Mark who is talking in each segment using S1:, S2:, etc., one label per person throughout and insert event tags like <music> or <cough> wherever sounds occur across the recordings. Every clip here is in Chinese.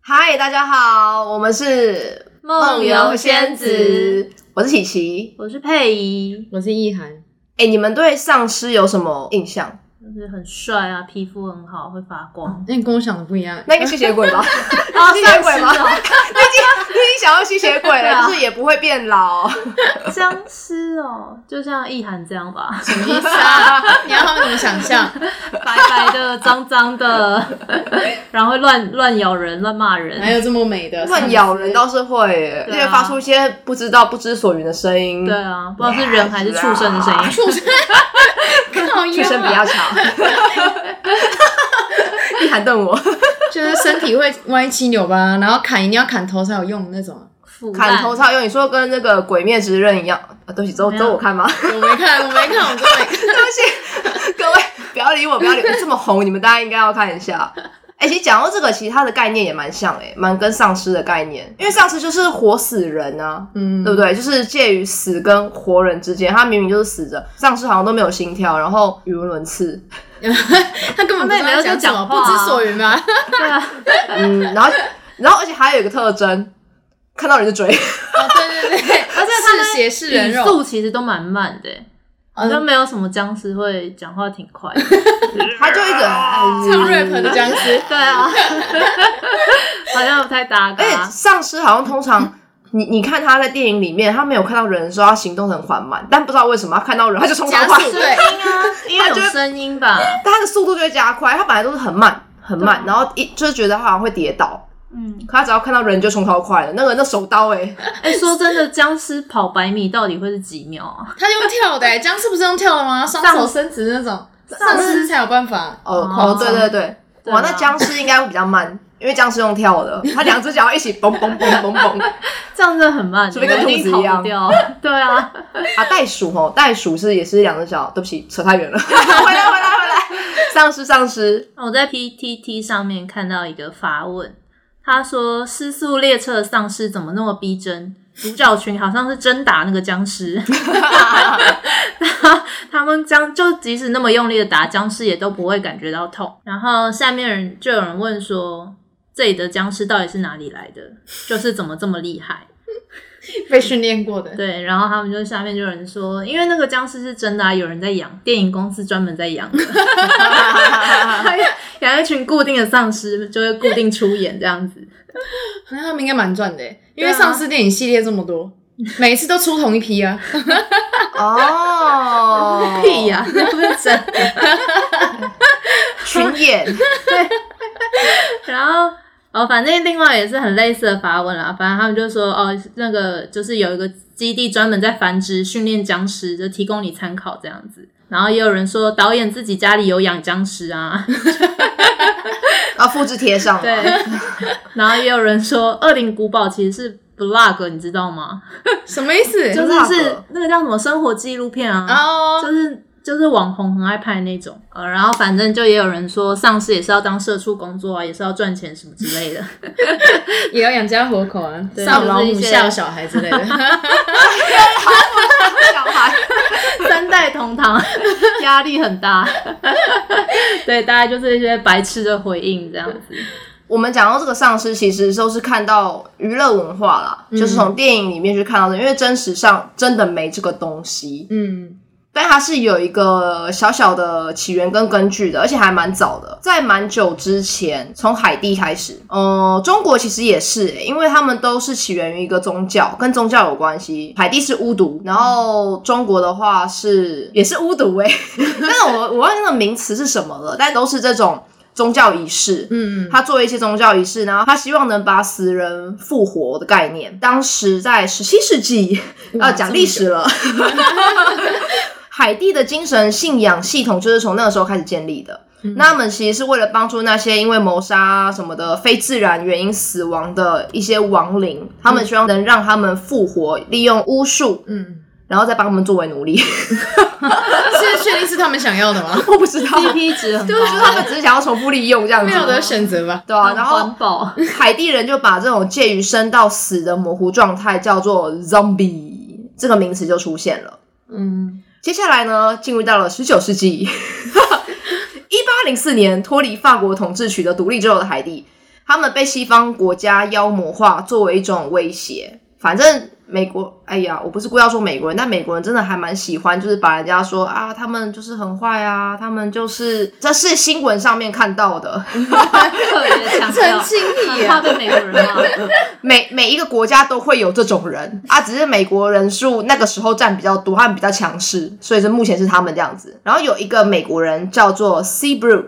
S1: 嗨，大家好，我们是
S2: 梦游仙子，
S1: 我是琪琪。
S2: 我是佩仪，
S3: 我是意涵，
S1: 哎、你们对丧尸有什么印象？
S2: 就是很帅啊，皮肤很好，会发光。
S3: <laughs> 那你跟我想的不一样。
S1: 那个吸血 <laughs> 鬼吧，
S2: 啊
S1: 吸血鬼吗？
S2: 丧尸
S1: 你已经你已经想要吸血鬼
S2: 对
S1: 了，
S2: 啊
S1: 就是也不会变老。
S2: 哦僵尸哦，就像意涵这样吧，
S3: 什么意思 <laughs> 啊？你要他们怎么想象？
S2: 白白的、脏脏的， <laughs> 然后会乱乱咬人、乱骂
S3: 哪
S2: 人。
S3: 有这么美的？
S1: 乱
S3: <laughs>
S1: 咬人倒是会耶，而
S2: 对啊
S1: 且发出一些不知道不知所云的声音。
S2: 对，啊，不知道是人还是畜生的声音。
S3: 畜生，靠腰啊
S1: 出声
S3: <laughs>
S1: 比较 <laughs> 吵。一涵 <laughs> 瞪我，
S3: 就是身体会歪七扭八，然后砍一定要砍头才有用的那种。
S2: 腐烂
S1: 砍头超用，你说跟那个《鬼灭之刃》一样？啊，对不起，只有只有我看吗？
S3: 我没看，我没看，我真没 <laughs> 看。
S1: 对不起，各位不要理我，不要理我，这么红，你们大家应该要看一下。哎、其实讲到这个，其实它的概念也蛮像、哎，蛮跟丧尸的概念，因为丧尸就是活死人啊，
S3: 嗯
S1: 对不对？就是介于死跟活人之间，他明明就是死着，丧尸好像都没有心跳，然后语无伦次，
S3: 他根本不
S2: 他们
S3: 知道讲什么，
S2: 也没有在讲话啊
S3: 不知所云吧？
S2: 对啊，
S1: 嗯，然后然后而且还有一个特征，看到人就追，
S3: <laughs> 哦，对对 <laughs> 对，
S2: 而且他们
S3: 是血是人
S2: 语
S3: 肉，
S2: 速其实都蛮慢的，欸
S3: 嗯
S2: 都没有什么僵尸会讲话挺快的。
S1: 他就一直
S3: 唱 rap 的僵尸。
S2: 对啊，好像不太搭
S1: 而且
S2: 嘎。
S1: 哎丧尸好像通常，你你看他在电影里面，他没有看到人的时候，他行动得很缓慢，但不知道为什么他看到人他就冲超
S3: 加
S1: 快，
S3: <laughs> 速
S2: 声
S3: 对
S2: 音啊，因
S1: 他
S2: 为有
S1: 就会
S2: 声音吧。
S1: 但他的速度就会加快。他本来都是很慢很慢，然后一就是觉得他好像会跌倒，
S2: 嗯，
S1: 可他只要看到人就冲超快了。那个那手刀哎、欸，
S2: 哎、说真的，僵尸跑百米到底会是几秒啊？
S3: 他用跳的欸，僵尸不是用跳的吗？双手伸直那种，丧尸才有办法。
S1: 哦
S2: 哦
S1: 哦，对对对，
S2: 对
S1: 哇，
S2: 啊
S1: 那僵尸应该会比较慢。因为僵尸用跳的，他两只脚一起嘣嘣嘣嘣嘣
S2: <laughs> 这样真的很慢，
S1: 除非跟
S2: 我
S1: 兔子
S2: 定跑
S1: 一样
S2: 不掉。 <laughs> 对啊，
S1: 啊！袋鼠哦，袋鼠是也是两只脚，对不起，扯太远
S2: <laughs>
S1: 了，回来回来回来，丧尸丧尸，
S2: 我在 PTT 上面看到一个发问，他说《失速列车》的丧尸怎么那么逼真？主角群好像是真打那个僵尸， <laughs> 他们僵就即使那么用力的打僵尸，也都不会感觉到痛。然后下面人就有人问说，这里的僵尸到底是哪里来的？就是怎么这么厉害？
S3: <laughs> 被训练过的，
S2: 对，然后他们就下面就有人说，因为那个僵尸是真的、啊，有人在养，电影公司专门在养的， <laughs> 养一群固定的丧尸，就会固定出演这样子。
S3: 那他们应该蛮赚的欸，因
S2: 对
S3: 为
S2: 啊
S3: 丧尸电影系列这么多，每一次都出同一批啊。
S1: 哦，
S2: 屁 <laughs> 呀、那不是真的。
S1: 群演，
S2: 然后哦，反正另外也是很类似的发问啦。反正他们就说哦，那个就是有一个基地专门在繁殖训练僵尸，就提供你参考这样子。然后也有人说导演自己家里有养僵尸啊。
S1: 然后啊复制贴上嘛，
S2: 对， <laughs> 然后也有人说《恶灵古堡》其实是 blog，你知道吗？
S3: 什么意思？
S2: 哎就是
S1: blog
S2: 是那个叫什么生活纪录片啊，
S3: 哦，
S2: 就是就是网红很爱拍那种。呃，然后反正就也有人说，上市也是要当社畜工作啊，也是要赚钱什么之类的。
S3: 也要养家活口啊，
S2: 对
S3: 上老
S2: 就
S3: 母
S2: 是一些
S3: 下小孩之类
S1: <laughs>
S3: 的。
S1: <laughs> 小孩，
S2: 三代同堂，压力很大。 <laughs> 对，大概就是一些白痴的回应这样子。
S1: 我们讲到这个丧尸，其实都是看到娱乐文化啦，就是从电影里面去看到的，因为真实上真的没这个东西，
S3: 嗯，
S1: 但它是有一个小小的起源跟根据的，而且还蛮早的，在蛮久之前，从海地开始，呃，中国其实也是、欸，因为他们都是起源于一个宗教，跟宗教有关系。海地是巫毒，然后中国的话是也是巫毒、欸，哎， <laughs> 但是我我忘记那个名词是什么了，但都是这种宗教仪式，
S3: 嗯，
S1: 他做一些宗教仪式，然后他希望能把死人复活的概念。当时在十七世纪，
S3: 哇
S1: 要讲历史了。 <laughs> 海地的精神信仰系统就是从那个时候开始建立的。
S3: 嗯
S1: 那他们其实是为了帮助那些因为谋杀啊什么的非自然原因死亡的一些亡灵，他们希望能让他们复活，利用巫术，
S3: 嗯，
S1: 然后再把他们作为奴隶。 <laughs>
S3: 是确定是他们想要的吗？
S1: 我不知
S3: <laughs>
S1: 道，就
S2: CP 值很高，
S1: 是他们只是想要重复利用这样子
S3: 没。有得选择吧？嗯
S1: 对啊，然后
S2: 环保。
S1: <laughs> 海地人就把这种介于生到死的模糊状态叫做 zombie，这个名词就出现了。
S3: 嗯，
S1: 接下来呢，进入到了十九世 <laughs> 纪，一八零四年脱离法国统治取得独立之后的海地，他们被西方国家妖魔化作为一种威胁。反正美国，哎呀，我不是故意要说美国人，但美国人真的还蛮喜欢，就是把人家说啊，他们就是很坏啊，他们就是这是新闻上面看到的，
S2: 特别强调
S3: 澄，清你
S2: 很怕
S3: 啊，
S2: 被美国人骂。
S1: 每每一个国家都会有这种人啊，只是美国人数那个时候占比较多，他们比较强势，所以是目前是他们这样子。然后有一个美国人叫做 Seabrook，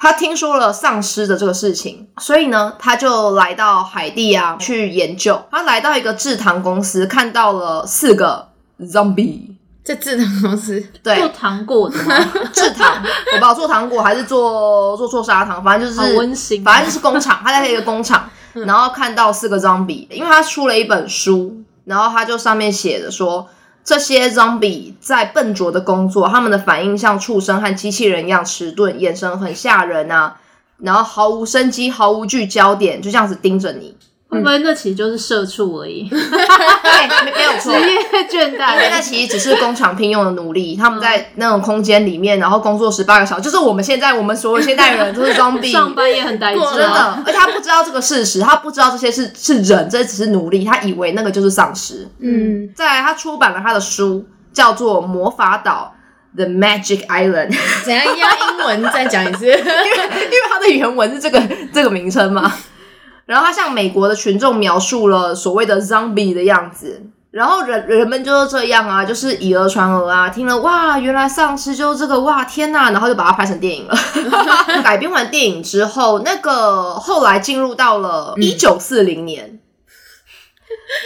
S1: 他听说了丧尸的这个事情，所以呢，他就来到海地啊去研究。他来到一个制糖公司，看到了四个 zombie，
S3: 在智能公司，
S2: 做
S1: 对，
S2: 糖果的
S1: <laughs>
S2: 吗？
S1: 制糖，我不知道做糖果还是做做做砂糖，反正就是
S2: 好温馨啊
S1: 反正就是工厂，他在一个工 <laughs> 厂，然后看到四个 zombie，因为他出了一本书，然后他就上面写着说。这些 zombie 在笨拙的工作，他们的反应像畜生和机器人一样迟钝，眼神很吓人啊，然后毫无生机，毫无聚焦点，就这样子盯着你。
S2: 会不会那其实就是社畜而已，
S1: 嗯
S2: 职
S1: <laughs> <laughs> 对，没没有错，
S2: 业倦
S1: 因为那
S2: 怠。
S1: 其实只是工厂聘用的奴隶，
S2: 嗯
S1: 他们在那种空间里面，然后工作十八个小时，就是我们现在我们所有现代人都是
S2: <laughs>
S1: zombie，
S2: 上班也很呆滞
S3: 过
S1: 真
S2: 啊，
S1: 的，而且他不知道这个事实，他不知道这些是是人，这只是奴隶，他以为那个就是丧尸。
S3: 嗯，
S1: 再来，他出版了他的书，叫做《魔法岛》（The Magic Island），
S3: 怎样压英文再讲一次？ <laughs>
S1: 因为它的原文是这个这个名称嘛。然后他向美国的群众描述了所谓的 zombie 的样子，然后人人们就是这样啊，就是以讹传讹啊，听了哇，原来丧尸就是这个哇，天呐，然后就把它拍成电影了。 <laughs> 改编完电影之后，那个后来进入到了一九四零年、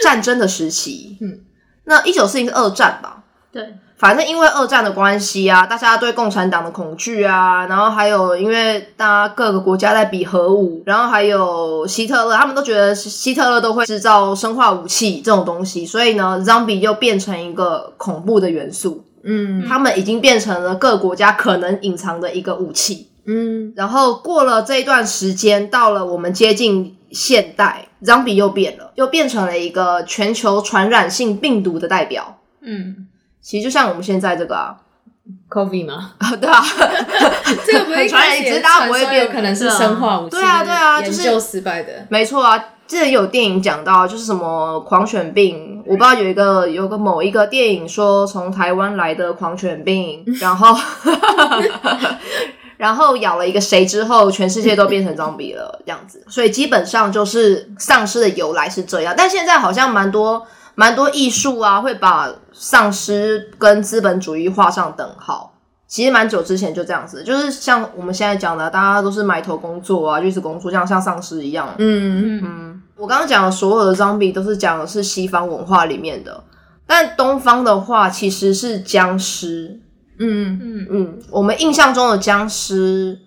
S1: 战争的时期，嗯
S3: 嗯，
S1: 那一九四零是二战吧？
S2: 对，
S1: 反正因为二战的关系啊，大家对共产党的恐惧啊，然后还有因为大家各个国家在比核武，然后还有希特勒，他们都觉得希特勒都会制造生化武器这种东西，所以呢，zombie 又变成一个恐怖的元素，
S3: 嗯
S1: 他们已经变成了各国家可能隐藏的一个武器。
S3: 嗯，
S1: 然后过了这一段时间，到了我们接近现代，zombie 又变了，又变成了一个全球传染性病毒的代表。
S2: 嗯，
S1: 其实就像我们现在这个啊。
S3: ，COVID 吗？
S1: 啊，对啊，
S3: <laughs> 这个不会
S1: 很传染
S3: 开始
S1: 只是大家不会
S3: 传说
S1: 变
S3: 有可能是生化武器，
S1: 对啊对啊就
S3: 研
S1: 是
S3: 究失败的，
S1: 没错啊。之前有电影讲到，就是什么狂犬病，我不知道有一个有个某一个电影说从台湾来的狂犬
S3: <laughs>
S1: 病，然后 <laughs> 然后咬了一个谁之后，全世界都变成 zombie 了这样子。所以基本上就是丧尸的由来是这样，但现在好像蛮多蛮多艺术啊会把丧尸跟资本主义画上等号。其实蛮久之前就这样子，就是像我们现在讲的，大家都是埋头工作啊，就一直工作，像像丧尸一样。
S3: 嗯
S1: 我刚刚讲的所有的 zombie 都是讲的啊是西方文化里面的，但东方的话其实是僵尸。
S3: 嗯
S1: 嗯，我们印象中的僵尸，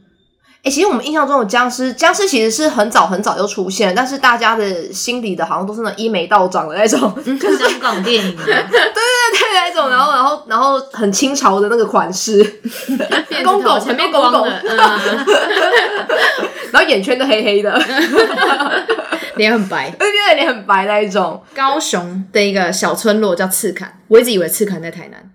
S1: 诶、其实我们印象中的僵尸，僵尸其实是很早很早就出现，但是大家的心里的好像都是那种一眉道长的那种，对
S2: 香港
S1: <laughs>
S2: 电影啊，
S1: 那种，然后然后然后很清朝的那个款式，
S3: 嗯，
S1: 公狗
S3: 前面
S1: 公
S3: 光
S1: 狗
S3: 了，
S2: 嗯，
S1: <laughs> 然后眼圈都黑黑的，
S3: <laughs> 脸很白。
S1: 那边的脸很白那一种，
S3: 高雄的一个小村落叫赤坎，我一直以为赤坎在台南。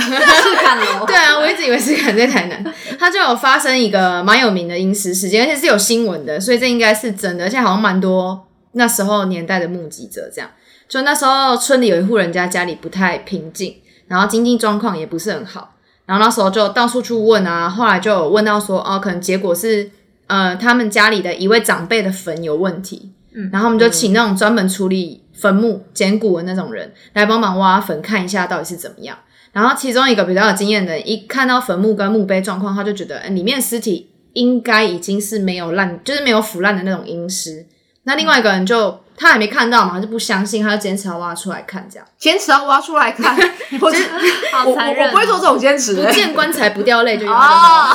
S2: 是看了，
S3: 对啊，我一直以为赤坎在台南，它就有发生一个蛮有名的阴尸事件，而且是有新闻的，所以这应该是真的，而且好像蛮多那时候年代的目击者这样。就那时候村里有一户人家家里不太平静，然后经济状况也不是很好，然后那时候就到处去问啊，后来就有问到说，哦，可能结果是呃他们家里的一位长辈的坟有问题，
S2: 嗯
S3: 然后我们就请那种专门处理坟墓捡骨的那种人来帮忙挖坟，看一下到底是怎么样。然后其中一个比较有经验的人，一看到坟墓跟墓碑状况，他就觉得，嗯，里面尸体应该已经是没有烂，就是没有腐烂的那种阴尸。那另外一个人就他还没看到嘛，他就不相信，他就坚持要挖出来看，这样
S1: 坚持要挖出来看，我真 <laughs>
S2: 好
S1: 我我
S2: 残忍哦，
S1: 我不会做这种坚持、
S3: <laughs> 不见棺材不掉泪就有。
S1: 哦，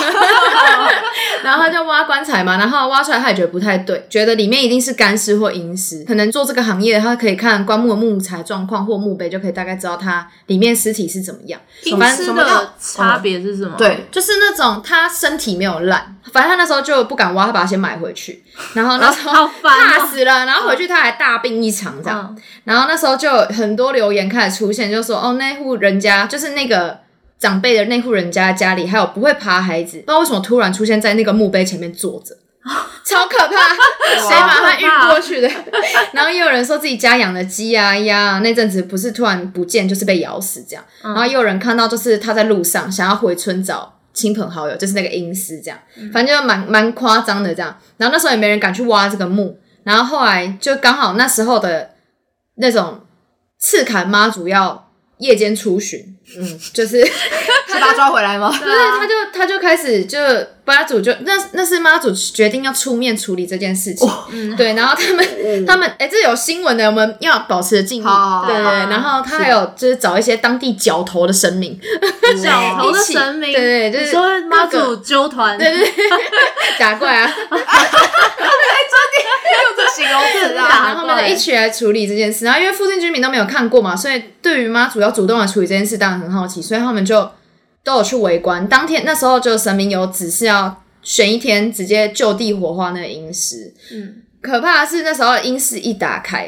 S3: 然后他就挖棺材嘛，然后挖出来他也觉得不太对，觉得里面一定是干尸或阴尸。可能做这个行业，他可以看棺木的木材状况或墓碑，就可以大概知道它里面尸体是怎么样。
S2: 平
S1: 反
S2: 时
S1: 什么叫
S2: 的差别是什么？，
S1: <laughs> 对，
S3: 就是那种他身体没有烂，反正他那时候就不敢挖，他把它先买回去，然后那时候
S2: 好烦
S3: <laughs> 怕
S2: 哦。
S3: 死了，然后回去他还大病一场这样。
S2: 嗯，
S3: 然后那时候就有很多留言开始出现，就说哦，那户人家就是那个长辈的那户人家家里还有不会爬的孩子，不知道为什么突然出现在那个墓碑前面坐着。超可怕，谁把它运过去的？ <laughs> 然后也有人说自己家养的鸡啊鸭啊，那阵子不是突然不见，就是被咬死这样。然后也有人看到，就是他在路上想要回村找亲朋好友，就是那个阴司这样，反正就蛮蛮夸张的这样。然后那时候也没人敢去挖这个墓，然后后来就刚好那时候的那种赤坎妈祖要夜间出巡，嗯，就是。
S1: 是把他抓回来吗？
S2: 对啊
S3: <laughs> 他就他就开始就妈祖就那那是妈祖决定要出面处理这件事情，
S2: 嗯
S3: 对，然后他们、他们哎、这有新闻的，我们要保持敬意，
S1: 好
S3: 对对
S2: 好
S3: 对，然后他还有就是找一些当地角头的神明， <laughs>
S1: <laughs>
S2: 角头的神明，
S3: 对对对
S2: 你说妈祖纠团，对对
S3: 打怪啊，
S1: 用这形容词
S2: <laughs> 打怪
S1: 啊，
S3: 然后他们就一起来处理这件事，然后因为附近居民都没有看过嘛，所以对于妈祖要主动来处理这件事，当然很好奇，所以他们就都有去围观。当天那时候就神明有指示要选一天直接就地火化那个阴尸，
S2: 嗯，
S3: 可怕的是那时候阴室一打开，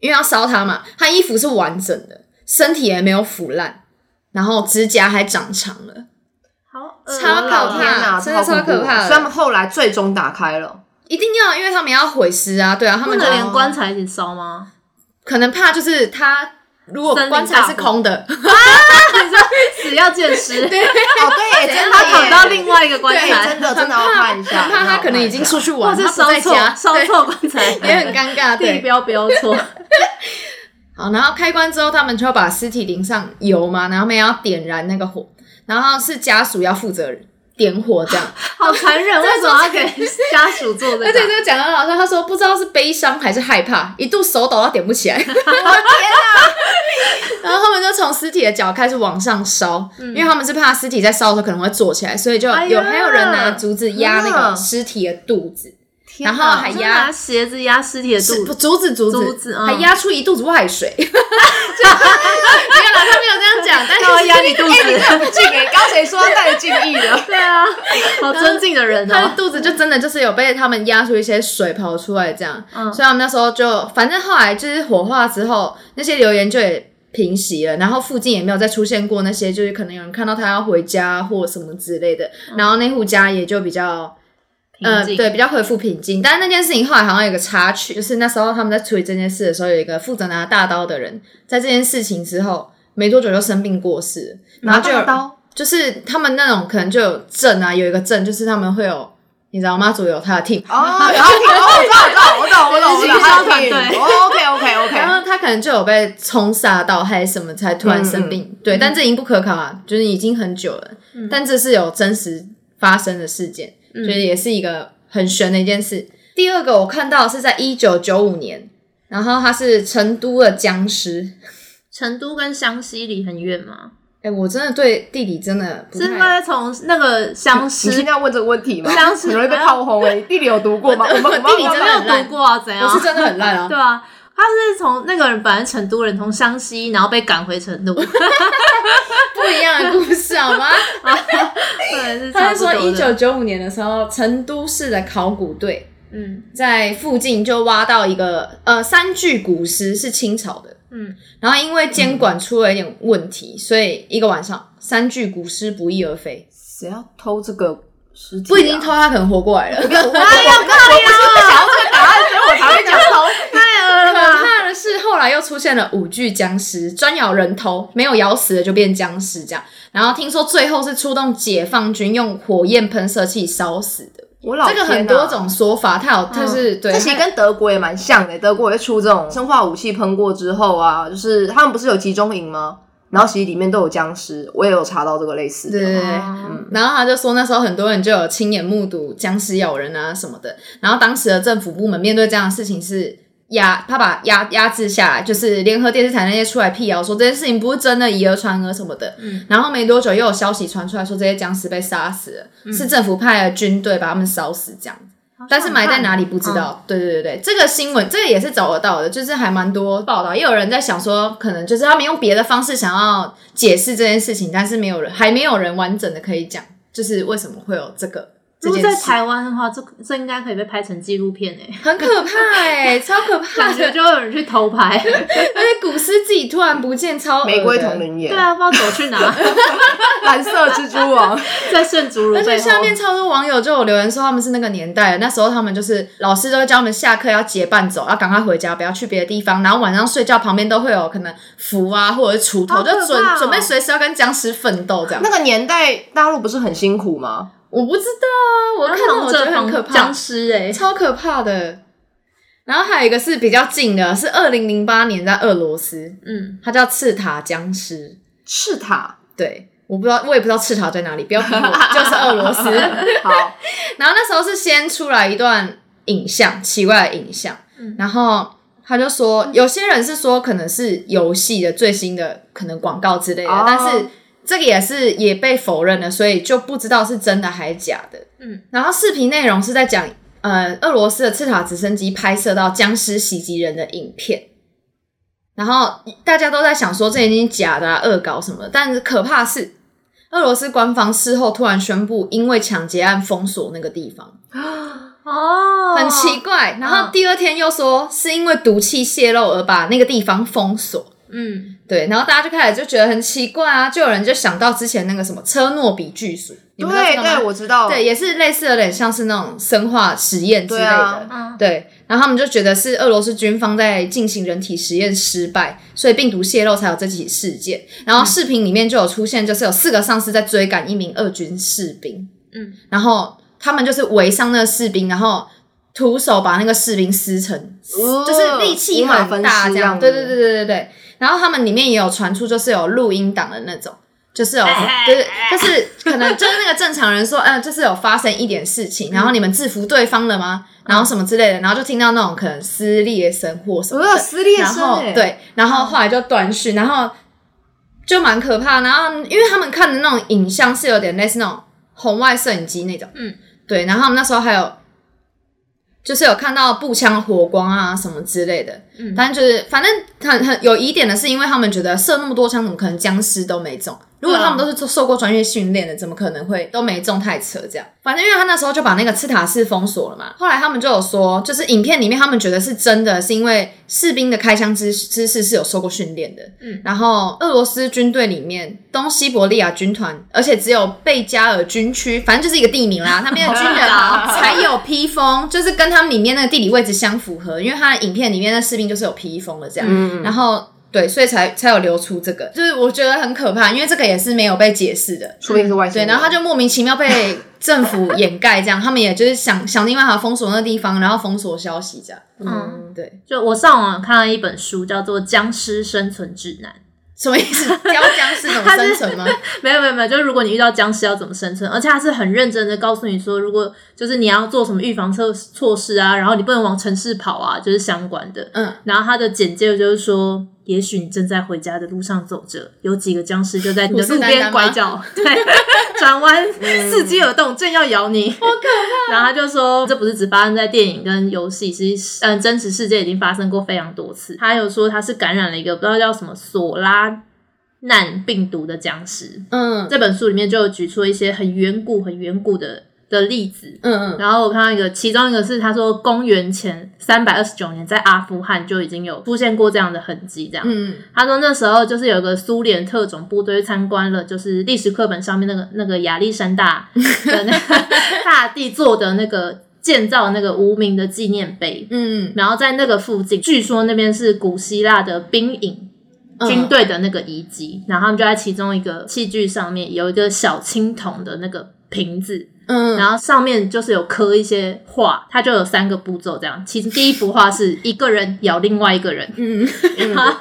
S3: 因为要烧它嘛，他衣服是完整的，身体也没有腐烂，然后指甲还长长了，
S2: 好恶
S3: 超
S2: 哦
S3: 可怕
S1: 天哪，
S3: 真的
S1: 超恐怖哦
S3: 超可怕的
S1: 所以他们后来最终打开了，
S3: 一定要，因为他们要毁尸啊，对啊，他
S2: 不
S3: 们
S2: 能
S3: 就
S2: 连棺材一起烧吗？
S3: 可能怕就是他如果
S2: 森林
S3: 棺材
S2: 大
S3: 是
S2: 火
S3: 空的， <laughs>
S2: 死要见尸，对，
S1: 哦对耶，真的
S2: 他
S1: 耶
S2: 跑到另外一个棺
S1: 对，
S2: 材
S1: 真，的真的要看一下，
S3: 很怕他可能已经出
S1: 说
S3: 去
S2: 或
S3: 玩，
S2: 是
S3: 他
S2: 烧
S3: 不在
S2: 错
S3: 家，
S2: 烧
S1: <laughs>
S3: 对
S2: 错棺材，
S3: 也很尴尬，
S2: 地
S3: 对。
S2: 标标错，
S3: 好，然后开棺之后，他们就把尸体淋上油嘛，然后他们要点燃那个火，然后是家属要负责点火这 <laughs> 样。
S2: <laughs> 好残忍，为什么要给家属做这
S3: 而且
S2: 个？
S3: 这个讲的好像他说不知道是悲伤还是害怕，一度手抖到点不起
S1: <laughs>
S3: 来。然后他们就从尸体的脚开始往上烧，因为他们是怕尸体在烧的时候可能会坐起来，所以就有、
S2: 哎呀
S3: 还有人拿竹子压那
S1: 真的
S3: 个尸体的肚子，
S1: 天哪
S3: 然后还
S2: 就拿鞋子压尸体的
S3: 是
S2: 肚
S3: 不
S2: 子，
S3: 竹子竹子
S2: 竹子嗯
S3: 还压出一肚子外水。 <laughs> 就没有啦，他没有这样讲，但
S1: 要
S3: 是
S1: 压你肚子，不敬哎，刚 <laughs> 谁
S3: <laughs>
S1: 说要带着敬意的？
S2: <laughs> 对啊，好尊敬的人
S3: 他的
S2: 哦，
S3: 肚子就真的就是有被他们压出一些水跑出来，这样，
S2: 嗯
S3: 所以他们那时候就，反正后来就是火化之后，那些留言就也平息了，然后附近也没有再出现过那些，就是可能有人看到他要回家或什么之类的，然后那户家也就比较，呃，
S2: 平静
S3: 对，比较恢复平静。但是那件事情后来好像有个插曲，就是那时候他们在处理这件事的时候，有一个负责拿大刀的人，在这件事情之后没多久就生病过世了，然后就有
S1: 拿大刀
S3: 就是他们那种可能就有症啊，有一个症就是他们会有，你知道妈祖有他的 team，
S1: 哦，然后哦，我知道，我知道，我懂，我懂，我懂，
S2: 行销团
S1: 他
S2: 队
S1: 听哦，OK，OK，OK，
S3: 然后他可能就有被冲杀到还是什么，才突然
S2: 嗯
S3: 生病。对，但这已经不可考啊，就是已经很久了。
S2: 嗯
S3: 但这是有真实发生的事件，所以也是一个很悬的一件事。第二个我看到是在一九九五年，然后他是成都的僵尸。
S2: 成都跟湘西离很远吗？
S3: 哎、我真的对地理真的不
S2: 是不
S3: 太……
S2: 是从那个湘
S1: 你
S2: <laughs> 西
S1: 现在问这个问题吗？
S2: 当时
S1: 很容易被炮轰
S3: 呃
S1: 诶。地理有读过吗？我们我
S3: 地理真
S2: 没
S3: 的
S2: 有
S3: 很烂
S2: 读过啊，怎样
S3: 我？是真的很烂啊！
S2: <laughs> 对啊，他是从那个人本来是成都人，从湘西，然后被赶回成都， <laughs>
S3: 不一样的故事好吗？
S2: 对，是
S3: 他
S2: 差不
S3: 是说
S2: 多
S3: 一
S2: 的。
S3: 九九五年的时候，成都市的考古队
S2: 嗯
S3: 在附近就挖到一个呃三具古尸，是清朝的。
S2: 嗯，
S3: 然后因为监管出了一点问题，所以一个晚上三具古尸不翼而飞。
S1: 谁要偷这个尸体？啊
S3: 不一定偷，，啊他可能活过来了。
S1: 我哎呀，我不是想要这个答案，所以我才会讲偷。
S2: 太恶
S3: 可
S2: 了吧！
S3: 怕的是，后来又出现了五具僵尸，专咬人头，没有咬死的就变僵尸这样。然后听说最后是出动解放军用火焰喷射器烧死的。
S1: 我老
S3: <laughs> 这个
S1: 天
S3: 很
S1: 哪
S3: 多。种说法，它有就是、对，
S1: 这其实
S3: 它
S1: 跟德国也蛮像的，德国也会出这种生化武器喷过之后啊，就是他们不是有集中营吗？然后其实里面都有僵尸，我也有查到这个类似的。
S3: 对对对。嗯对
S2: 哦
S3: 然后他就说，那时候很多人就有亲眼目睹僵尸咬人啊什么的。然后当时的政府部门面对这样的事情是压，他把压压制下来，就是联合电视台那些出来辟谣说这件事情不是真的，以讹传讹什么的。
S2: 嗯。
S3: 然后没多久又有消息传出来说这些僵尸被杀死了，
S2: 嗯
S3: 是政府派了军队把他们烧死这样。但是埋在哪里不知
S2: 嗯
S3: 道。对对对对，这个新闻这个也是找得到的，就是还蛮多报道，也有人在想说，可能就是他们用别的方式想要解释这件事情，但是没有人还没有人完整的可以讲，就是为什么会有这个。这
S2: 如果
S3: 件
S2: 在
S3: 事，
S2: 台湾的话，这这应该可以被拍成纪录片
S3: <laughs>
S2: 诶、
S3: 很可怕 <laughs> 哎、超可怕
S2: 感觉
S3: 的。
S2: 就有人去偷
S3: <laughs>
S2: 拍。
S3: 而且古诗自己突然不见，超恶的
S1: 玫瑰同，林眼
S2: 对，啊，不知道走
S3: <laughs>
S2: 去哪，
S1: 蓝色蜘蛛网，
S2: 在圣竹如
S3: 而且
S2: 背后
S3: 下面超多网友就有留言说他们是那个年代的，那时候他们就是老师都会教我们下课要结伴走，要啊赶快回家，不要去别的地方。然后晚上睡觉旁边都会有可能符啊或者是锄头，
S1: 好可
S3: 就
S1: 怕
S3: 准
S1: 哦
S3: 准备随时要跟僵尸奋斗这样
S1: 那。个年代大陆不是很辛苦吗？
S3: 我不知道啊，我看到我觉得很可怕，欸
S2: 僵尸诶、
S3: 超可怕的。然后还有一个是比较近的，是二零零八年在俄罗斯，
S2: 嗯，
S3: 它叫赤塔僵尸。
S1: 赤塔，
S3: 对，我不知道，我也不知道赤塔在哪里，不要逼我，就是俄
S2: <laughs>
S3: 罗斯。
S1: 好，
S3: 然后那时候是先出来一段影像，奇怪的影像，
S2: 嗯
S3: 然后他就说，有些人是说可能是游戏的最新的可能广告之类的，
S1: 哦
S3: 但是这个也是也被否认了，所以就不知道是真的还是假的。
S2: 嗯，
S3: 然后视频内容是在讲。呃，俄罗斯的赤塔直升机拍摄到僵尸袭击人的影片，然后大家都在想说这已经假的、啊、恶搞什么的，但是可怕的是，俄罗斯官方事后突然宣布，因为抢劫案封锁那个地方，
S2: 哦，
S3: 很奇，
S1: 嗯
S3: 怪。然后第二天又说是因为毒气泄漏而把那个地方封锁。
S2: 嗯，
S3: 对，然后大家就开始就觉得很奇怪啊，就有人就想到之前那个什么车诺比剧组， <laughs> 你
S1: 对
S3: 们都知道吗
S1: 对，我知道，
S3: 对，也是类似，有点像是那种生化实验之类
S1: 对
S3: 的
S1: 啊。
S2: 嗯，
S3: 对，然后他们就觉得是俄罗斯军方在进行人体实验失败，所以病毒泄漏才有这起事件。然后视频里面就有出现，就是有四个丧尸在追赶一名俄军士兵，
S2: 嗯，
S3: 然后他们就是围上那个士兵，然后徒手把那个士兵撕成，就是力气
S1: 五马
S3: 很
S1: 哦分
S3: 大
S1: 尸
S3: 这
S1: 这
S3: 样。
S1: 样
S3: 对对对对对对。然后他们里面也有传出，就是有录音档的那种。就是有，就是就是可能就是那个正常人说， <laughs> 嗯，就是有发生一点事情，
S1: 嗯
S3: 然后你们制服对方了吗？然后什么之类的，然后就听到那种可能撕裂声或什么
S1: 我
S3: 的，
S1: 有撕裂
S3: 然
S1: 声
S3: 后
S1: 欸，
S3: 对，然后后来就断续，然后就蛮可怕。然后因为他们看的那种影像是有点类似那种红外摄影机那种，
S2: 嗯，
S3: 对。然后他们那时候还有就是有看到步枪火光啊什么之类的，
S2: 嗯
S3: 但就是反正很很有疑点的是，因为他们觉得射那么多枪，怎么可能僵尸都没中？如果
S2: 对啊
S3: 他们都是受受过专业训练的，怎么可能会都没中太扯？这样，反正因为他那时候就把那个赤塔市封锁了嘛。后来他们就有说，就是影片里面他们觉得是真的，是因为士兵的开枪姿姿势是有受过训练的。
S2: 嗯
S3: 然后俄罗斯军队里面，东西伯利亚军团，而且只有贝加尔军区，反正就是一个地名
S2: <laughs>
S3: 啦，他们的军人啊才有披风，就是跟他们里面那个地理位置相符合，因为他的影片里面的士兵就是有披风的这样。
S1: 嗯，
S3: 然后对，所以才才有流出这个，就是我觉得很可怕，因为这个也是没有被解释的。
S1: 说不定是外星
S3: 对，
S1: 人，
S3: 然后
S1: <laughs>
S3: <laughs> 他就莫名其妙被政府掩盖，这样他们也就是想 <laughs> 想尽办法封锁那个地方，然后封锁消息这样。
S2: 嗯
S3: 对，
S2: 就我上网看了一本书，叫做《僵尸生存指南》。
S3: 什么意思？ <laughs> 教僵尸怎么生存吗？
S2: <laughs> 没有没有没有，就是如果你遇到僵尸要怎么生存，而且它是很认真的告诉你说，如果就是你要做什么预防措措施啊，然后你不能往城市跑啊，就是相关的。
S3: 嗯，
S2: 然后它的简介就是说，也许你正在回家的路上走着，有几个僵尸就在你的路边拐角， <laughs> 对，转弯伺机而动，正要咬你， <laughs> 好可怕。然后他就说，这不是只发生在电影跟游戏，其实嗯，真实世界已经发生过非常多次。他有说他是感染了一个不知道叫什么索拉。难病毒的僵尸，
S3: 嗯
S2: 这本书里面就有举出一些很远古、很远古的的例子。
S3: 嗯嗯，
S2: 然后我看到一个，其中一个是他说，公元前三百二十九年，在阿富汗就已经有出现过这样的痕迹。这样，
S3: 嗯
S2: 他说那时候就是有个苏联特种部队参观了，就是历史课本上面那个那 <laughs> 个亚历山大的那个大帝做的那个建造那个无名的纪念碑，
S3: 嗯，
S2: 然后在那个附近，据说那边是古希腊的兵营，
S3: 嗯
S2: 军队的那个遗迹，然后他们就在其中一个器具上面有一个小青铜的那个瓶子，
S3: 嗯，
S2: 然后上面就是有刻一些画，它就有三个步骤这样。其实第一幅画是一个人咬另外一个人，
S3: 嗯，
S2: 然后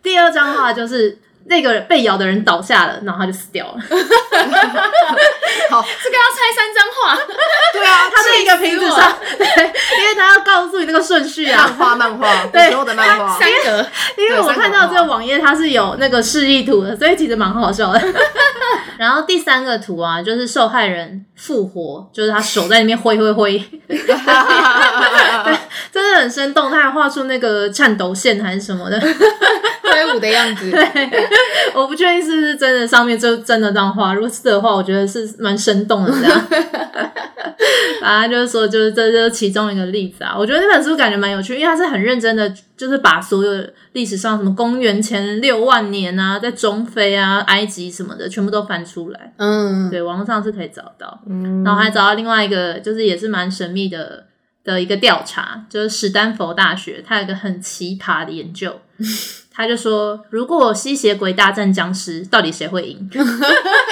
S2: 第二张画就是那个被咬的人倒下了，然后他就死掉了。
S1: 好，
S3: 这个要拆三张画，
S1: 对啊，
S2: 他在一个瓶子
S3: 气死
S2: 上，对，因为他要告诉你那个顺序啊，
S1: 漫画漫画，古时候的漫画，
S3: 三格，
S2: 因为我
S1: 对
S2: 看到这个网页它是有那个示意图的，所以其实蛮好笑的。 <laughs> 然后第三个图啊，就是受害人复活，就是他手在那边挥挥挥， <laughs> 真的很生动。他还画出那个颤抖线还是什么的，
S3: 挥舞的样子。
S2: 我不确定是不是真的，上面就真的这样画。如果是的话，我觉得是蛮生动的这样。反正就是说，就是这就是其中一个例子啊。我觉得那本书感觉蛮有趣，因为它是很认真的，就是把所有历史上什么公元前六万年啊，在中非啊、埃及什么的，全部都翻出来。
S3: 嗯，
S2: 对，网络上是可以找到。
S1: 嗯
S2: 然后还找到另外一个，就是也是蛮神秘的的一个调查，就是史丹佛大学，它有一个很奇葩的研
S3: <laughs>
S2: 究，他就说，如果吸血鬼大战僵尸，到底谁会赢？
S3: <laughs>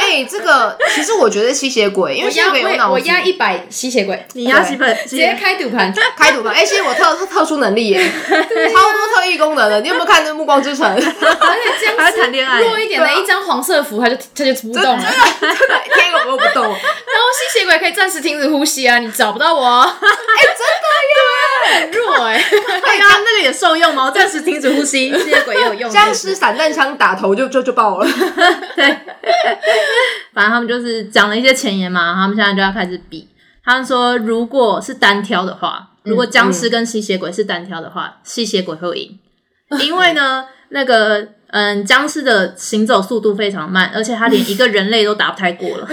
S1: 哎、这个其实我觉得吸血鬼，因
S3: 我
S1: 为吸血
S3: 压
S1: 鬼有
S3: 我
S1: 脑
S3: 我
S1: 子。
S3: 压一百吸血鬼，
S2: 你要几本？
S3: 直接开赌 <laughs> 盘，
S1: 开赌吧，哎、其实我特特特殊能力耶，超多特异功能的。你有没有看那《暮光之城》？ <laughs>
S3: 而且僵
S2: 还
S3: 尸
S2: 要谈恋爱
S3: 弱一点的一张黄色符，他就他就不动了。然后
S1: 天龙我不懂，
S3: 吸血鬼可以暂时停止呼吸啊，你找不到我 <laughs> 哦。哎，真的耶，很弱 <laughs> 哎。
S2: 对啊，那个也受用吗？我暂时停止呼吸，
S3: 吸血鬼也有用
S1: 僵尸散弹枪打头就就就爆了。 <laughs>
S2: 反正他们就是讲了一些前言嘛，然后他们现在就要开始比。他们说，如果是单挑的话，如果僵尸跟吸血鬼是单挑的话，吸血鬼会赢，因为呢，那个嗯，僵尸的行走速度非常慢，而且他连一个人类都打不太过了。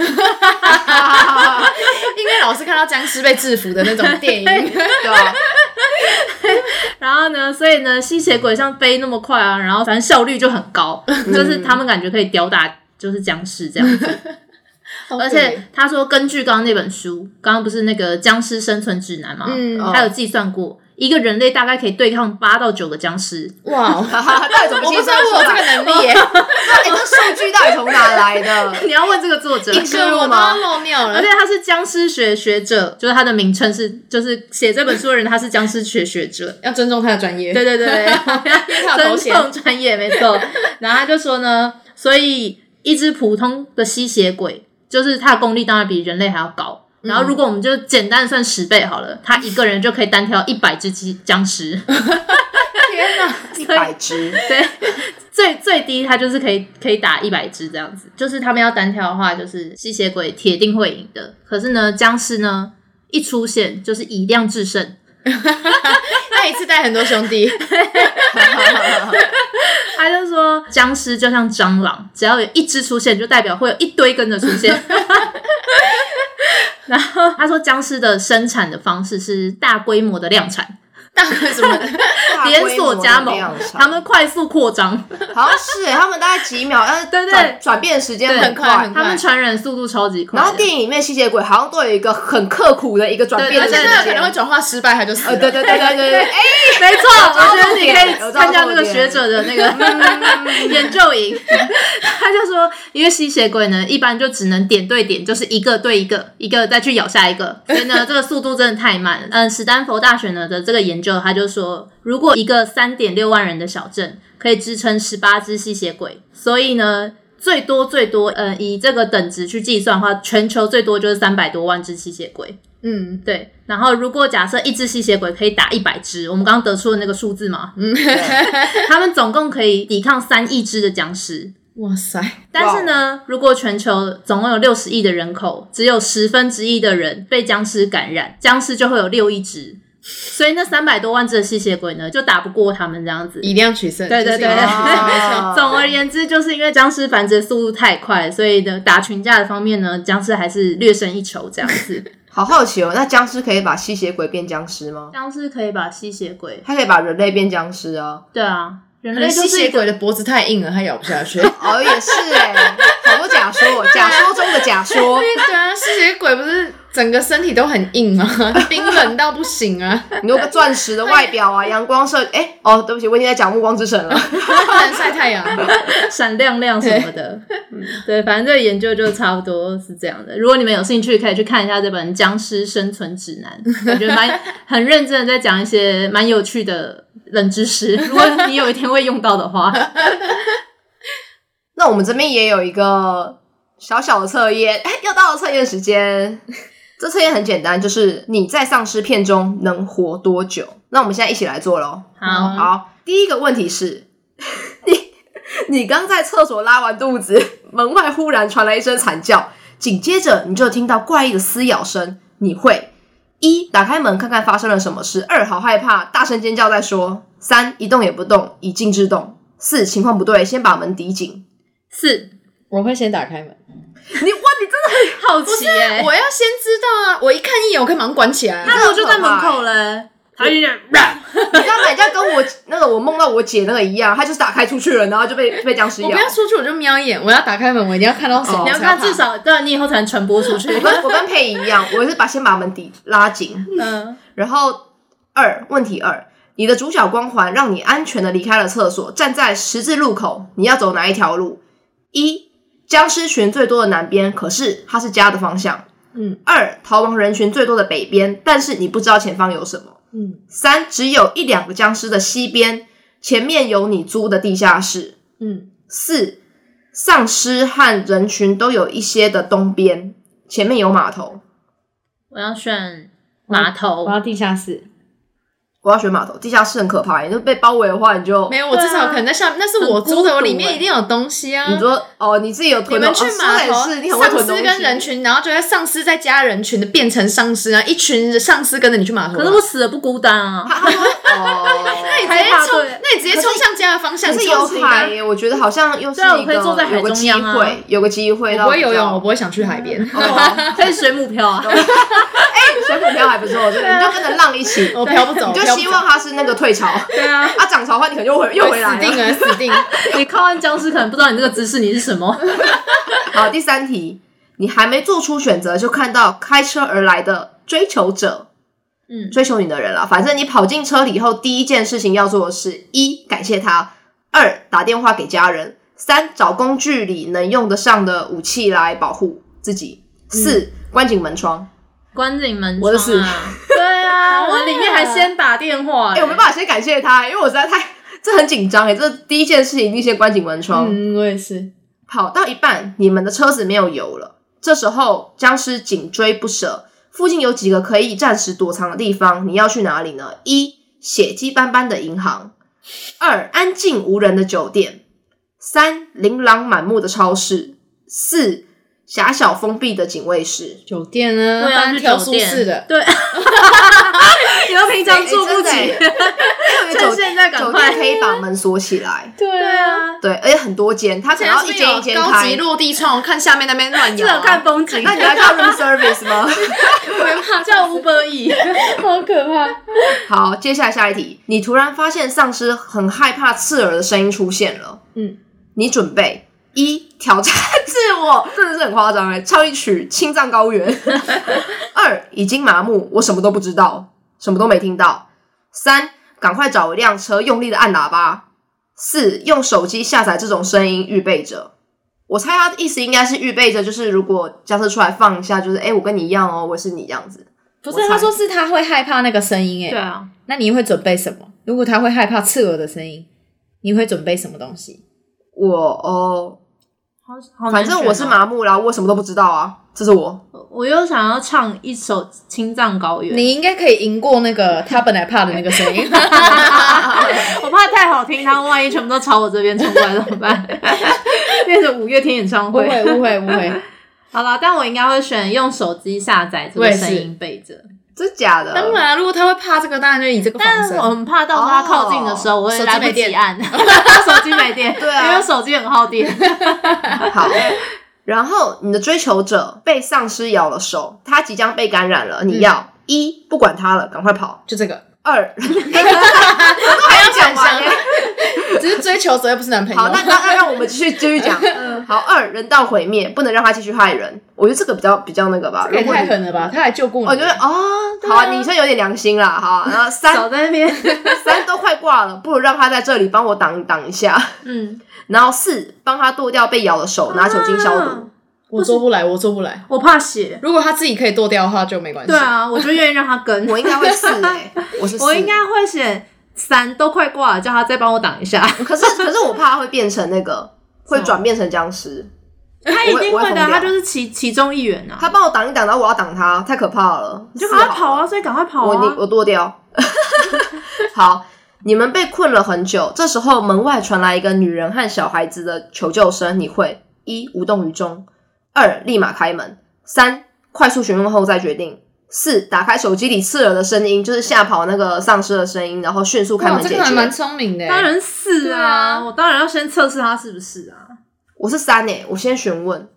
S1: 啊
S3: 应该老是看到僵尸被制服的那种 <laughs> 电影。
S1: 对啊，
S2: 然后呢，所以呢，吸血鬼像飞那么快啊，然后反正效率就很高，就是他们感觉可以吊打就是僵尸这样子。而且他说，根据刚刚那本书，刚刚不是那个《僵尸生存指南》嘛，
S3: 嗯
S2: 他有计算过，一个人类大概可以对抗八到九个僵尸。 <laughs>
S3: 哇，
S1: 哈哈，到底怎么
S3: 我不
S1: 计
S3: 知道
S1: 算出
S3: 我有这个
S1: 来？
S3: 能力耶，
S1: 哎、这数据到底从哪来的？
S2: 你要问这个作者，
S1: 硬
S3: 这个我都要漏尿
S2: 而
S3: 了
S2: 且。他是僵尸学学者，就是他的名称是，就是写这本书的人，他是僵尸学学者。
S3: <laughs> 要尊重他的专业，
S2: 对对
S3: <laughs>
S2: 对，
S3: 他有头衔
S2: 尊重专业没错。然后他就说呢，所以一只普通的吸血鬼，就是它的功力当然比人类还要高。
S3: 嗯
S2: 然后如果我们就简单算十倍好了，他一个人就可以单挑一百只僵僵尸，
S3: 天哪！ <laughs>
S1: 一百只，
S2: 对， <laughs> 最最低他就是可以可以打一百只这样子。就是他们要单挑的话，就是吸血鬼铁定会赢的。可是呢，僵尸呢一出现就是以量制胜，
S3: 他一次带很多兄弟，
S2: 他就说，僵尸就像蟑螂，只要有一只出现，就代表会有一堆跟着出现。 <laughs> 然后他说，僵尸的生产的方式是大规模的量产，
S3: <laughs> 大哥什么的？
S2: 连锁加盟，他
S1: 他
S2: 们快速扩张，
S1: 好像是、他们大概几秒，呃，
S2: 对对
S1: 转转变时间
S2: 对
S1: 很
S3: 很快
S1: 快
S3: 很。
S2: 他们传染速度超级快
S1: 然
S2: 的。
S1: 后电影里面吸血鬼好像都有一个很刻苦的一个转变
S2: 对
S1: 的
S3: 而
S1: 时
S3: 且
S1: 间，
S3: 那个可哦能会转化失败，他就死
S1: 呃，
S3: 了。
S1: 对对对对对对，哎、
S2: 没错，我觉得你可
S1: 有照顾点
S2: 以参加这个学者的那 <laughs> 个研究营。他就说，因为吸血鬼呢，一般就只能点对点，就是一个对一个，一个再去咬下一个，所以呢，这个速度真的太慢了。嗯，史丹佛大学呢的这个研究，他就说，如果一个三点六万人的小镇可以支撑十八只吸血鬼，所以呢。最多最多，呃，以这个等值去计算的话，全球最多就是三百多万只吸血鬼。
S3: 嗯，
S2: 对，然后如果假设一只吸血鬼可以打一百只，我们刚刚得出的那个数字嘛，他们总共可以抵抗三亿只的僵尸。
S3: 哇塞，
S2: 但是呢，如果全球总共有六十亿的人口，只有十分之一的人被僵尸感染，僵尸就会有六亿只，所以那三百多万只的吸血鬼呢，就打不过他们这样子。
S3: 以量取胜，
S2: 对对对
S3: 就是以量取胜没错
S1: 啊
S2: 总而言之，就是因为僵尸繁殖的速度太快，所以呢，打群架的方面呢，僵尸还是略胜一筹这样
S3: <laughs>
S2: 子。
S1: 好好奇哦，那僵尸可以把吸血鬼变僵尸吗？
S2: 僵尸可以把吸血鬼，
S1: 它可以把人类变僵尸啊？
S2: 对啊，人
S3: 可 <laughs>
S2: 类
S3: 能
S2: 就
S3: 吸
S2: 是一
S3: 血
S2: 个
S3: 鬼的脖子太硬了，他咬不下 <laughs> 去。
S1: 哦，也是哎、好多假说，假说中的假说。
S3: 对啊，吸血鬼不是整个身体都很硬吗？冰冷到不行啊，
S1: 你有个钻石的外表啊，阳光射，哎、哦，对不起，我已经在讲《暮光之城》了。
S3: 不能晒太 <laughs> 阳。
S2: <laughs> 闪亮亮什么的。嗯，对，反正这个研究就差不多是这样的。如果你们有兴趣，可以去看一下这本《僵尸生存指南》， <laughs> 我觉得蛮很认真的在讲一些蛮有趣的冷知识。 <laughs> 如果你有一天会用到的话，
S1: 那我们这边也有一个小小的测验，哎又到了测验时间。这测验很简单，就是你在丧尸片中能活多久？那我们现在一起来做喽。
S2: 好，
S3: 嗯
S1: 好，第一个问题是，你你刚在厕所拉完肚子，门外忽然传来一声惨叫，紧接着你就听到怪异的撕咬声，你会一打开门看看发生了什么事，二好害怕，大声尖叫再说，三一动也不动，以静制动，四情况不对，先把门抵紧。
S2: 四，
S3: 我会先打开门，
S1: <laughs> 你哇，你真的很
S2: 好奇哎、
S3: 我要先知道啊！我一看一眼，我可以马上关起来。啊
S2: 他如果就在门口嘞，他有点 rap，
S1: 你知道哪家跟我那个我梦到我姐那个一样，她就是打开出去了，然后就被被僵尸
S3: 我
S1: 咬
S3: 不。要出去，我就瞄一眼。我要打开门，我一定要看到谁。
S1: 哦
S2: 你要看至
S3: 少。
S2: 少对你以后才能传播出去 <laughs>
S1: 我。跟我跟佩仪一样，我也是把先把门底拉紧，
S2: 嗯，
S1: 然后二问题二，你的主角光环让你安全的离开了厕所，站在十字路口，你要走哪一条路？一僵尸群最多的南边，可是它是家的方向。
S3: 嗯
S1: 二逃亡人群最多的北边，但是你不知道前方有什么。
S3: 嗯
S1: 三只有一两个僵尸的西边，前面有你租的地下室。
S3: 嗯，
S1: 四，丧尸和人群都有一些的东边，前面有码头。
S2: 我要选 <laughs> 码头啊
S3: 我，要地下室。
S1: 我要选码头，地下室很可怕，你就被包围的话，你就
S3: 没有，我至少可能在下面，那是我
S2: 很
S3: 租
S2: 孤独
S3: 的，我里
S2: 欸
S3: 面一定有东西啊。
S1: 你说哦，你自己有
S3: 你
S1: 囤东
S3: 们去
S1: 哦
S3: 码
S1: 说
S3: 头
S1: 得也是你，很会
S3: 丧
S1: 囤东
S3: 尸
S1: 西
S3: 跟
S1: <laughs>
S3: 人群，然后就会丧尸再加人群的变成丧尸，然后一群丧尸跟着你去码头啊。
S2: 可是我死了不孤单
S3: <laughs>
S2: 啊。 <laughs>
S1: 他他说哦，那
S3: 那你直接
S2: 害怕
S3: 冲
S2: 对，
S3: 那你直接冲向家的方向，
S1: 可是
S3: 你
S1: 有
S3: 冲死应该
S1: 海耶，我觉得好像又是一
S2: 对啊
S1: 个
S2: 我可以坐在海
S1: 有个
S2: 中
S1: 机
S2: 央啊
S1: 会，有个机会
S3: 我
S1: 到
S3: 不会游
S1: 比较
S3: 泳，我不会想去海边。
S1: 哦
S2: 可以水母漂啊，
S1: 哎，水母漂还不错，我觉
S3: 啊
S1: 得你就跟着浪一
S3: <laughs>
S1: 起，
S3: 我漂哦不走，
S1: 你就
S3: 漂不
S1: 希
S3: 走
S1: 望它是那个退潮， <laughs>
S2: 对啊，
S1: 它涨潮的话，你可能又回又回来
S3: 死定了，死定了。
S2: <laughs> 你靠岸僵尸可能不知道你这个姿势你是什么，
S1: 好，第三题，你还没做出选择，就看到开车而来的追求者，
S2: 嗯，
S1: 追求你的人啦。反正你跑进车里以后，第一件事情要做的是：一、感谢他；二、打电话给家人；三、找工具里能用得上的武器来保护自己；四、关紧门窗。
S2: 关紧门
S1: 嗯我
S2: 窗
S1: 的死
S2: 啊，对啊，我里面还先打电话
S1: 哎、
S2: 嘞，
S1: 我没办法先感谢他，因为我实在太这很紧张哎，这第一件事情一定先关紧门窗。
S3: 嗯，我也是。
S1: 跑到一半，你们的车子没有油了。这时候僵尸紧追不舍，附近有几个可以暂时躲藏的地方，你要去哪里呢？一血迹斑斑的银行，二安静无人的酒店，三琳琅满目的超市，四狭小封闭的警卫室。
S3: 酒店呢，
S2: 我也
S3: 当
S2: 要
S3: 然
S2: 去
S3: 挑
S2: 啊酒
S3: 舒
S2: 店
S3: 适的。
S2: 对，你们平常住不
S1: 哎
S2: 起，
S3: 欸
S1: 真的哎
S3: <laughs>
S2: 趁现在赶
S1: 酒
S2: 快
S1: 店可以把门锁起来，
S3: 对
S2: 对。啊，
S1: 对，而且很多间，它可
S3: 现
S1: 能
S3: 在
S1: 要
S3: 是
S1: 一
S3: 不是有
S1: 间一间
S3: 高级
S1: 开。
S3: 落地窗？我看下面那边乱
S2: 记
S3: 摇
S2: 得
S3: 啊，
S2: 看风景，
S1: 那你要叫 room service 吗？
S2: <laughs> 叫 Uber E，
S3: <laughs> 好可怕。
S1: 好，接下来下一题，你突然发现丧尸很害怕刺耳的声音出现了，
S3: 嗯，
S1: 你准备一挑战自我，真的是很夸张哎，唱一曲《青藏高原》。二已经麻木，我什么都不知道，什么都没听到。三赶快找一辆车，用力的按喇叭。四用手机下载这种声音，预备着。我猜他的意思应该是预备着，就是如果僵尸出来放一下，就是哎、诶我跟你一样哦，我是你这样子。
S3: 不
S1: 我
S3: 是，
S1: 猜
S3: 他说是他会害怕那个声音，哎，
S2: 啊，
S3: 那你会准备什么？如果他会害怕刺耳的声音，你会准备什么东西？
S1: 我哦，
S2: 好好难
S1: 反正我是
S2: 选哦，
S1: 麻木啦，我什么都不知道啊，这是我。
S2: 我又想要唱一首《青藏高原》，
S3: 你应该可以赢过那 <laughs> 个他本来怕的那个声音。
S2: 我怕太好听，他万一全部都朝我这边冲过来怎么
S3: <laughs>
S2: 办？变成五月天演唱
S3: <laughs> 不
S2: 会。
S3: 会，不会，不会。
S2: 好啦，但我应该会选用手机下载这
S3: 我
S2: 个
S3: 也是
S2: 声音背着，
S1: 真假的？
S3: <laughs> 当，然，如果他会怕这个，当然就以这个方
S2: 但
S3: 式。
S2: 我很怕到时候他靠近的时候，我
S1: 哦
S2: 会来不及按，
S1: <laughs>
S2: 手机没电，
S1: 对啊
S2: 因为手机很耗电。
S1: 好。然后你的追求者被丧尸咬了手，他即将被感染了，你要、一不管他了，赶快跑；
S3: 就这个，
S1: <laughs> 二，还要讲完欸
S3: 只是追求者又不是男朋友。
S1: 好，那那那让我们继续继续讲。 <laughs> 好，二人道毁灭，不能让他继续害人。我觉得这个比较比较那个吧。
S3: <laughs> 也
S1: 如果
S3: 太
S1: 你，
S3: 狠了吧！他还救过你，
S1: 我觉得哦，好啊，你算有点良心啦，好啊。然后
S2: 手
S1: 三
S2: 在那边，
S1: <laughs> 三都快挂了，不如让他在这里帮我挡挡一下。
S2: 嗯，
S1: 然后四帮他剁掉被咬的手，拿酒精消毒。
S2: 啊
S3: 我做不来，我做不来。
S2: 我怕血。
S3: 如果他自己可以剁掉的话，就没关系。
S2: 对，啊，我就愿意让他跟。
S1: 我应该会 <laughs> 四哎、我是四 <laughs>
S2: 我应，该会选三，都快挂了，叫他再帮我挡一下。
S1: 可是可是我怕它会变成那个，会转变成僵尸。
S2: 他一
S1: <laughs>
S2: 定
S1: 我会
S2: 会
S1: 疯
S2: 的，
S1: 掉
S2: 他就是其其中一员啊。
S1: 他帮我挡一挡，然后我要挡他，太可怕了！
S2: 你就赶快跑
S1: 啊！
S2: 啊，所以赶快跑
S1: 我你
S2: 啊！
S1: 我剁
S3: <laughs>
S1: 掉。好，你们被困了很久，这时候门外传来一个女人和小孩子的求救声，你会一无动于衷，二立马开门，三快速询问后再决定。四打开手机里刺耳的声音，就是吓跑那个丧尸的声音，然后迅速开
S3: 哇，
S1: 门
S3: 这
S1: 解决。
S3: 个还蛮聪明的。欸
S2: 当，然是
S3: 对
S2: 啊，
S3: 啊
S2: 我当然要先测试他是不是啊。
S1: 欸我是三诶、我先询问。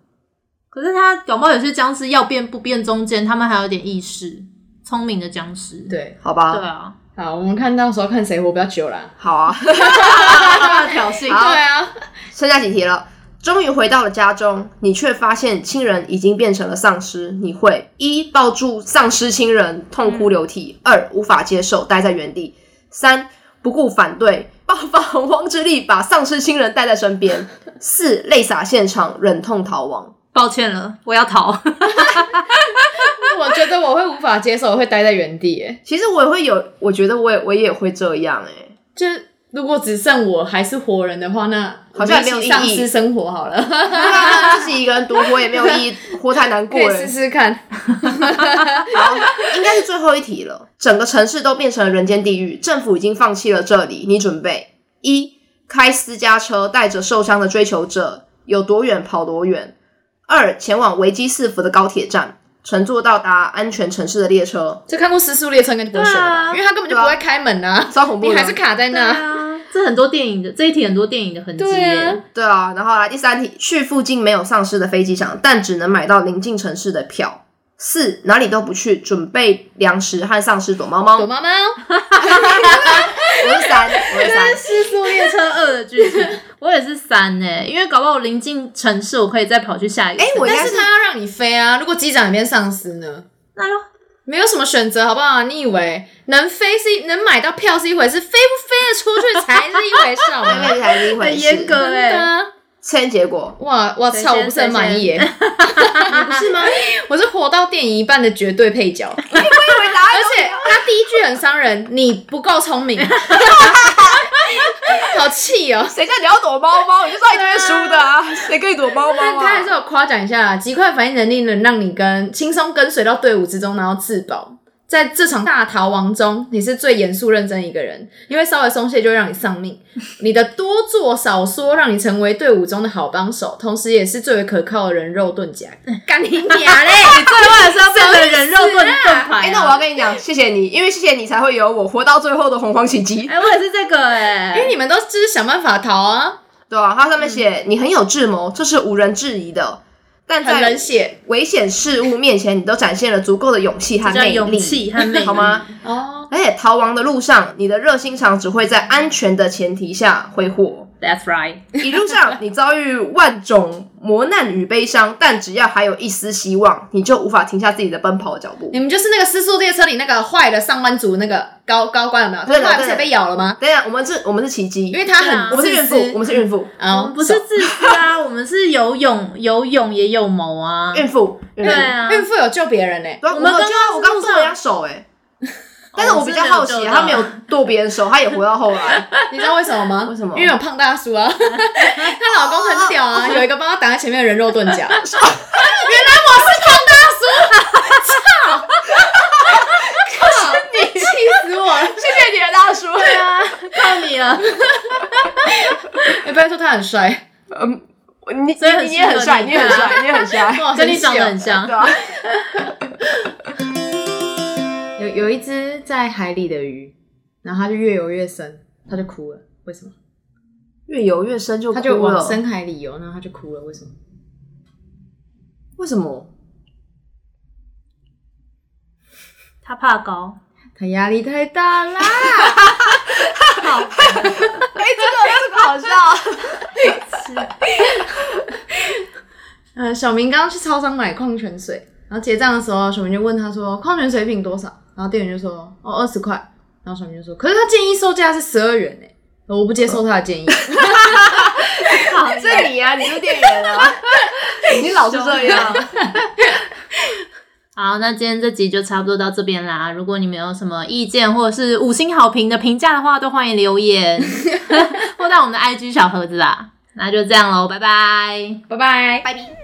S2: 可是他搞不好有些僵尸要变不变中间，他们还有点意识，聪明的僵尸。
S3: 对，
S1: 好吧，
S2: 对啊，
S3: 好，我们看到时候看谁活比较久啦。
S1: 好啊，
S2: 挑衅。
S1: 好
S3: 对啊，
S1: 剩下几题了。终于回到了家中，你却发现亲人已经变成了丧尸。你会一抱住丧尸亲人痛哭流涕；二无法接受，待在原地；三不顾反对，爆发洪荒之力把丧尸亲人带在身边；四泪洒现场，忍痛逃亡。
S2: 抱歉了，我要逃。
S3: 我觉得我会无法接受，我会待在原地。哎，
S1: 其实我也会有，我觉得我也我也会这样哎、欸
S3: 就是如果只剩我还是活人的话，那
S1: 好像也没有
S3: 我
S1: 意
S3: 们
S1: 义
S3: 一起丧尸生活好
S1: <laughs>
S3: 了，
S1: 对啊，那自己一个人独活也没有意义，活太难
S3: 可
S1: 过
S3: 以
S1: 了。
S3: 试试看。
S1: 好，应该是最后一题了。整个城市都变成了人间地狱，政府已经放弃了这里。你准备一开私家车带着受伤的追求者，有多远跑多远；二前往危机四伏的高铁站，乘坐到达安全城市的列车。
S3: 就看过《失速列车》应该就不会选了吧，
S2: 对啊
S3: 因为他根本就不会开门啊，
S1: 超恐怖
S3: 你
S1: 的，
S3: 还是卡在
S2: 对
S3: 那。
S2: 啊， <laughs> 这很多电影的这一题很多电影的痕迹耶。
S3: 对啊
S1: 对啊。然后来第三题，去附近没有丧尸的飞机场，但只能买到临近城市的票。四哪里都不去，准备粮食和丧尸躲猫猫。
S3: 躲猫猫，
S1: 我是三，我
S3: <laughs>
S1: 是三
S2: 《失速列车二》的剧情， <laughs> 我也是三呢、因为搞不好我临近城市，我可以再跑去下一个。
S1: 哎我应该
S3: 但是他要让你飞啊！如果机长里面丧尸呢？
S2: 那就
S3: 没有什么选择，好不好？你以为能飞是一能买到票是一回事，飞不飞得出去才是一回事，
S1: <laughs>
S3: 好
S1: 那
S3: 吗？
S1: 个才是一回
S2: 很
S1: 事。
S2: 严格哎、
S3: 对啊，
S1: 测验结果
S3: 哇，我
S2: 谁
S3: 操，我
S2: 先
S3: 不是很满
S2: <laughs>
S3: 意耶，
S1: 不是吗？
S3: <laughs> 我是活到电影一半的绝对配
S2: <laughs>
S3: 角，而
S1: 我以为答案
S3: 且他第一句很伤人，你不够
S2: <laughs>
S3: 聪明， <laughs> 好气哦。
S1: 谁叫你要躲猫猫，你就知道一定会输的啊！谁跟你躲猫猫
S3: 但
S1: 啊？
S3: <laughs> 他还是有夸奖一下啦，极快反应能力能让你跟轻松跟随到队伍之中，然后自保。在这场大逃亡中，你是最严肃认真的一个人，因为稍微松懈就会让你丧
S2: <laughs>
S3: 命。你的多做少说，让你成为队伍中的好帮手，同时也是最为可靠的人肉
S2: <laughs>
S3: 盾夹。干你娘嘞！
S2: 最后还是要变成人肉盾
S3: 什么
S2: 盾
S3: 意思啊
S2: 牌、啊。
S1: 哎、那我要跟你讲，谢谢你，因为谢谢你才会有我活到最后的洪荒奇迹。
S2: 哎、我也是这个哎、
S3: 因为你们都就是想办法逃啊，
S1: 对啊，它上面写、你很有智谋，这是无人质疑的。但
S3: 很
S1: 在
S3: 冷血
S1: 危险事物面前，你都展现了足够的勇气和
S2: 这叫
S1: 魅力，
S2: 勇气和魅力
S1: 好吗？
S3: 哦。
S1: 而且逃亡的路上，你的热心肠只会在安全的前提下挥霍。
S2: That's right。
S1: 一路上你遭遇万种磨难与悲伤，但只要还有一丝希望，你就无法停下自己的奔跑的脚步
S3: 你。们就是那个《失速列车》里那个坏的上班族那个高高官有没有？他
S1: 对的
S3: 后来不是
S1: 对的
S3: 也被咬了吗？
S1: 等一下，我们是，我们是奇迹，
S3: 因为他
S2: 对啊
S3: 很
S1: 我们是孕
S3: 自私
S1: 妇，我们是孕妇，
S2: 我
S3: 啊
S2: 哦们不是自私啊，我们是有勇有勇也有谋啊。
S1: 孕妇，孕
S2: 对
S1: 妇。
S2: 啊，
S3: 孕妇有救别人呢、欸
S1: 对啊，我
S2: 我们
S1: 就
S2: 刚刚
S1: 要我刚
S2: 路
S1: 剁
S2: 上
S1: 人家手哎，但是我比较好奇，
S2: 哦
S1: 他没有剁别人手，他也活到后来。
S3: 你知道为什么吗？
S1: 为什么
S3: 因为有胖大
S1: <laughs>
S3: 叔啊，她老公很屌啊，有一个帮她挡在前面的人肉盾夹。
S1: <laughs>
S3: 原来我是
S1: <laughs>
S3: 胖大叔，操！啊 <laughs> 你气死我了！
S1: 谢谢你的大 <laughs> 叔。
S2: 对啊，靠你了。
S3: 哎，不要说他很帅，
S1: 你
S2: 所以很
S1: 你你也很
S2: 适合
S1: 帅，
S2: 你
S1: 你也很
S2: 对啊
S1: 帅，你也很帅，
S2: <laughs>
S3: 哇
S2: 跟你长得很像
S1: 对啊。
S3: 有有一只在海里的鱼，然后它就越游越深，它就哭了。为什么？
S1: 越游越深就
S3: 它就
S1: 哭
S3: 往
S1: 了，哦
S3: 深海里游，然后它就哭了。为什么？
S1: 为什么？
S2: 他怕高，
S3: 它压力太
S1: <laughs>
S3: 大啦。
S1: 哎，这个这个好笑。
S3: <laughs> 呃，小明刚刚去超商买矿泉水，然后结账的时候，小明就问他说：“矿泉水瓶多少？”然后店员就说：“哦，二十块。”然后小明就说：“可是他建议售价是十二元诶、我不接受他的建议。
S1: 是你啊，你是店员啊， <laughs> 你老是这样。
S2: 好，那今天这集就差不多到这边啦。如果你们有什么意见或者是五星好评的评价的话，都欢迎留
S3: <laughs>
S2: 言，或到我们的 IG 小盒子啦。那就这样喽，拜拜。
S3: 拜拜。
S1: 拜拜。